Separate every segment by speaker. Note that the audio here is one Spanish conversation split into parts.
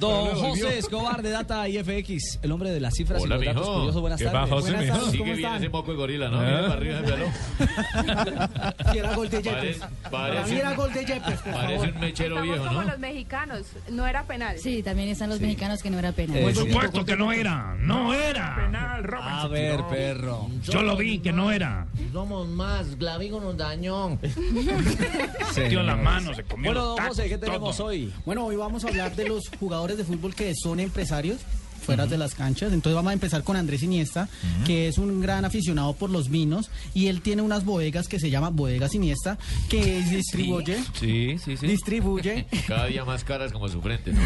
Speaker 1: Don José Escobar de Data IFX, el hombre de las cifras
Speaker 2: Hola,
Speaker 1: y los datos
Speaker 2: mijo.
Speaker 1: curiosos. Buenas
Speaker 2: ¿Qué
Speaker 1: tardes.
Speaker 2: va, José,
Speaker 1: Buenas
Speaker 2: mijo?
Speaker 1: tardes,
Speaker 2: Sigue
Speaker 1: ¿cómo
Speaker 2: bien
Speaker 1: están?
Speaker 2: ese moco de gorila, ¿no? Mire para arriba ese pelón.
Speaker 3: Si ¿Eh? era gol de Yepes.
Speaker 2: Parece-
Speaker 3: Para mí era
Speaker 2: parece,
Speaker 3: gol de Yepes, por
Speaker 2: parece
Speaker 3: favor.
Speaker 2: un mechero
Speaker 4: Estamos
Speaker 2: viejo,
Speaker 4: como
Speaker 2: ¿no?
Speaker 4: los mexicanos, no era penal.
Speaker 5: Sí, también están los mexicanos que no era pena.
Speaker 1: Eh,
Speaker 6: Por
Speaker 1: sí.
Speaker 6: supuesto que no era, no era.
Speaker 1: A ver, perro.
Speaker 6: Yo lo vi que no era.
Speaker 7: Somos más, Glavigo nos dañó.
Speaker 6: Dio la
Speaker 1: Señores.
Speaker 6: mano, se comió
Speaker 1: Bueno,
Speaker 6: los
Speaker 1: don
Speaker 6: tacos,
Speaker 1: José, ¿qué tenemos
Speaker 6: todo.
Speaker 1: hoy?
Speaker 3: Bueno, hoy vamos a hablar de los jugadores de fútbol que son empresarios fuera de las canchas. Entonces vamos a empezar con Andrés Iniesta, que es un gran aficionado por los vinos y él tiene unas bodegas que se llama Bodegas Iniesta, que distribuye,
Speaker 2: Sí, sí, sí.
Speaker 3: distribuye
Speaker 2: Cada día más caras como su frente, ¿no?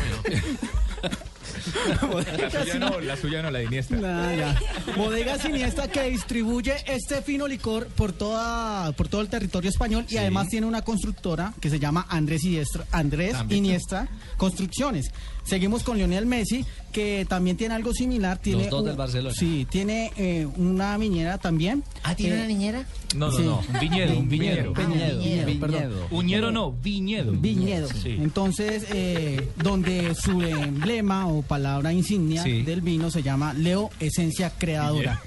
Speaker 8: La suya no, la suya no, la de Iniesta.
Speaker 3: Nah, ya. Bodegas Iniesta que distribuye este fino licor por toda por todo el territorio español y además tiene una constructora que se llama Andrés Iniesta, Andrés Iniesta Construcciones. Seguimos con Lionel Messi que también tiene algo similar, tiene
Speaker 1: dos
Speaker 3: un-
Speaker 1: del Barcelona.
Speaker 3: Sí, tiene eh, una minera también.
Speaker 7: Ah,
Speaker 3: Eh,
Speaker 7: ¿tiene una niñera?
Speaker 8: No,
Speaker 3: Sí.
Speaker 8: un viñedo, un viñedo.
Speaker 3: Viñedo,
Speaker 7: viñedo,
Speaker 3: viñedo, perdón.
Speaker 8: Uñero no, viñedo.
Speaker 3: Viñedo.
Speaker 8: Sí.
Speaker 3: Entonces, eh, donde su emblema o palabra insignia
Speaker 8: Sí.
Speaker 3: del vino se llama Leo Esencia Creadora.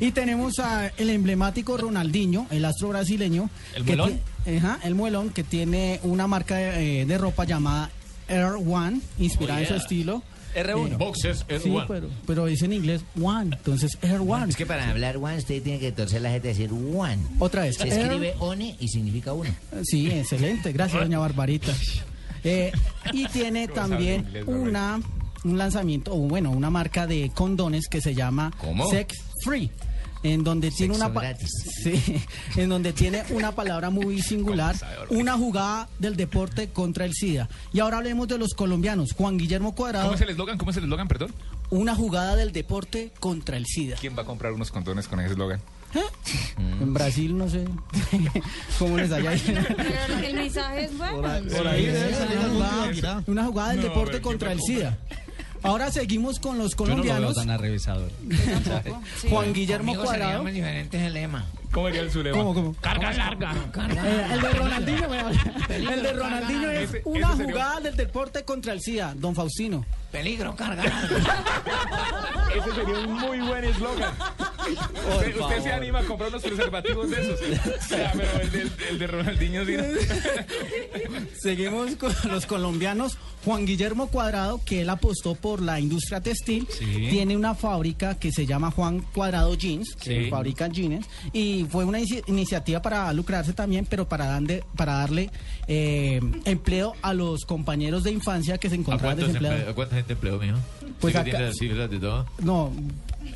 Speaker 3: Y tenemos a el emblemático Ronaldinho, el astro brasileño.
Speaker 8: ¿El
Speaker 3: que
Speaker 8: muelón?
Speaker 3: ti- ajá, el muelón, que tiene una marca de, eh, de ropa llamada Air One, inspirada
Speaker 2: Oh,
Speaker 3: en su
Speaker 2: yeah.
Speaker 3: estilo. Eh,
Speaker 2: R1. Boxers R1.
Speaker 3: Sí, pero, pero dice en inglés One, entonces Air One.
Speaker 7: Es que para hablar one, usted tiene que torcer la gente y decir one.
Speaker 3: Otra vez.
Speaker 7: Se escribe one y significa uno.
Speaker 3: Sí, excelente. Gracias, doña Barbarita. Eh, y tiene también
Speaker 8: inglés,
Speaker 3: una un lanzamiento, o bueno, una marca de condones que se llama
Speaker 7: ¿Cómo?
Speaker 3: Sex Free. En donde, tiene
Speaker 7: Sexo
Speaker 3: una pa-
Speaker 7: gratis.
Speaker 3: Sí, en donde tiene una palabra muy singular, una jugada del deporte contra el SIDA. Y ahora hablemos de los colombianos. Juan Guillermo Cuadrado,
Speaker 8: ¿Cómo es el eslogan? ¿Cómo es el eslogan, perdón?
Speaker 3: una jugada del deporte contra el SIDA.
Speaker 8: ¿Quién va a comprar unos condones con ese eslogan?
Speaker 3: ¿Eh? En Brasil, no sé cómo les haya ido.
Speaker 5: Pero el mensaje es bueno.
Speaker 3: Por ahí debe salir una jugada,
Speaker 8: esa.
Speaker 3: una jugada del
Speaker 8: No,
Speaker 3: deporte
Speaker 8: pero
Speaker 3: contra
Speaker 8: yo
Speaker 3: el
Speaker 8: me compro.
Speaker 3: SIDA. Ahora seguimos con los
Speaker 1: Yo no lo veo
Speaker 3: colombianos.
Speaker 1: tan arrevisador.
Speaker 3: Juan Guillermo Cuadrado.
Speaker 7: diferente el lema.
Speaker 8: ¿Cómo era el Zulema?
Speaker 3: ¿Cómo, cómo?
Speaker 8: Carga larga.
Speaker 3: Eh, el de Ronaldinho, voy a hablar. el de Ronaldinho es
Speaker 8: Ese- ese
Speaker 3: una
Speaker 8: sería un-
Speaker 3: jugada del deporte contra el SIDA, don Faustino.
Speaker 7: Peligro, carga.
Speaker 8: Ese sería un muy buen eslogan. Usted, usted se anima a comprar unos preservativos de esos. Ya, pero el de, el de Ronaldinho sí.
Speaker 3: Seguimos con los colombianos. Juan Guillermo Cuadrado, que él apostó por la industria textil,
Speaker 8: Sí.
Speaker 3: tiene una fábrica que se llama Juan Cuadrado Jeans, que
Speaker 8: Sí.
Speaker 3: fabrican jeans, y fue una inici- iniciativa para lucrarse también, pero para, dan de- para darle eh, empleo a los compañeros de infancia que se
Speaker 2: ¿A
Speaker 3: encontraban
Speaker 2: cuántos emple-
Speaker 3: desempleados.
Speaker 2: a cuánta gente empleó, mijo?
Speaker 3: Pues
Speaker 2: Pues
Speaker 3: acá-
Speaker 2: acá... tiene las cifras de todo?
Speaker 3: No,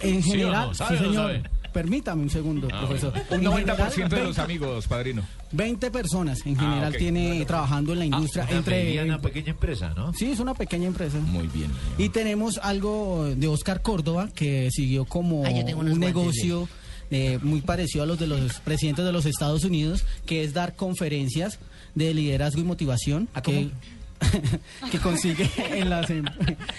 Speaker 3: en
Speaker 2: ¿Sí o
Speaker 3: general,
Speaker 2: no? ¿Sabe
Speaker 3: sí,
Speaker 2: o no
Speaker 3: señor.
Speaker 2: sabe?
Speaker 3: Permítame un segundo,
Speaker 2: Ah,
Speaker 3: profesor.
Speaker 8: Un
Speaker 3: En
Speaker 8: 90% de
Speaker 3: general,
Speaker 8: los amigos, padrino.
Speaker 3: 20 personas
Speaker 2: Ah,
Speaker 3: en general
Speaker 8: ok.
Speaker 3: tiene trabajando en la industria
Speaker 2: una
Speaker 3: entre
Speaker 2: Ah, mediana pequeña empresa, ¿no?
Speaker 3: Sí, es una pequeña empresa.
Speaker 2: Muy bien.
Speaker 3: Y tenemos algo de Oscar Córdoba que siguió como
Speaker 7: Ah, yo tengo unos
Speaker 3: un
Speaker 7: guantes de-
Speaker 3: negocio eh, muy parecido a los de los presidentes de los Estados Unidos, que es dar conferencias de liderazgo y motivación. que, que consigue en las em-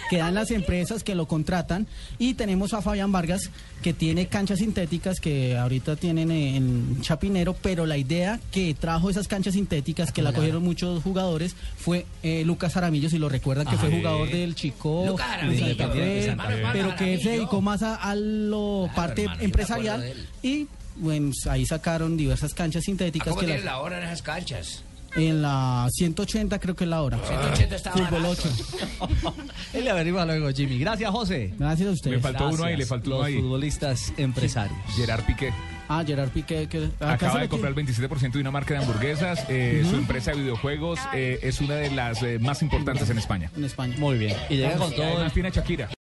Speaker 3: que dan las empresas que lo contratan y tenemos a Fabián Vargas que tiene canchas sintéticas que ahorita tienen en Chapinero pero la idea que trajo esas canchas
Speaker 7: Ah,
Speaker 3: sintéticas que la cogieron muchos jugadores fue eh, Lucas Aramillo si lo recuerdan que fue
Speaker 7: Ah,
Speaker 3: jugador del Chico
Speaker 7: Lucas
Speaker 3: de
Speaker 7: Aramillo.
Speaker 3: Independiente,
Speaker 1: De Santa Fe.
Speaker 3: pero que él se
Speaker 7: Aramillo.
Speaker 3: dedicó más a, a lo
Speaker 7: Claro,
Speaker 3: parte
Speaker 7: hermano, yo me
Speaker 3: empresarial
Speaker 7: acuerdo
Speaker 3: y bueno, ahí sacaron diversas canchas sintéticas
Speaker 7: ¿Cómo
Speaker 3: que
Speaker 7: tiene
Speaker 3: la-
Speaker 7: la hora en esas canchas?
Speaker 3: en la 180 creo que es la hora
Speaker 7: Ah. 180 está
Speaker 3: fútbol
Speaker 7: barato.
Speaker 3: 8
Speaker 1: Él le averigua luego, Jimmy. Gracias, José.
Speaker 3: Gracias a
Speaker 8: Me
Speaker 3: ustedes.
Speaker 8: faltó uno ahí, le faltó
Speaker 1: Los
Speaker 8: uno ahí.
Speaker 1: futbolistas empresarios.
Speaker 8: Gerard Piqué.
Speaker 3: Ah, Gerard Piqué. Que,
Speaker 8: Acaba de comprar el 27% de una marca de hamburguesas. eh, Su empresa de videojuegos eh, es una de las eh, más importantes en España.
Speaker 3: En España.
Speaker 1: Muy bien. Y llega con
Speaker 8: Y
Speaker 1: todo el
Speaker 8: además tiene a Shakira.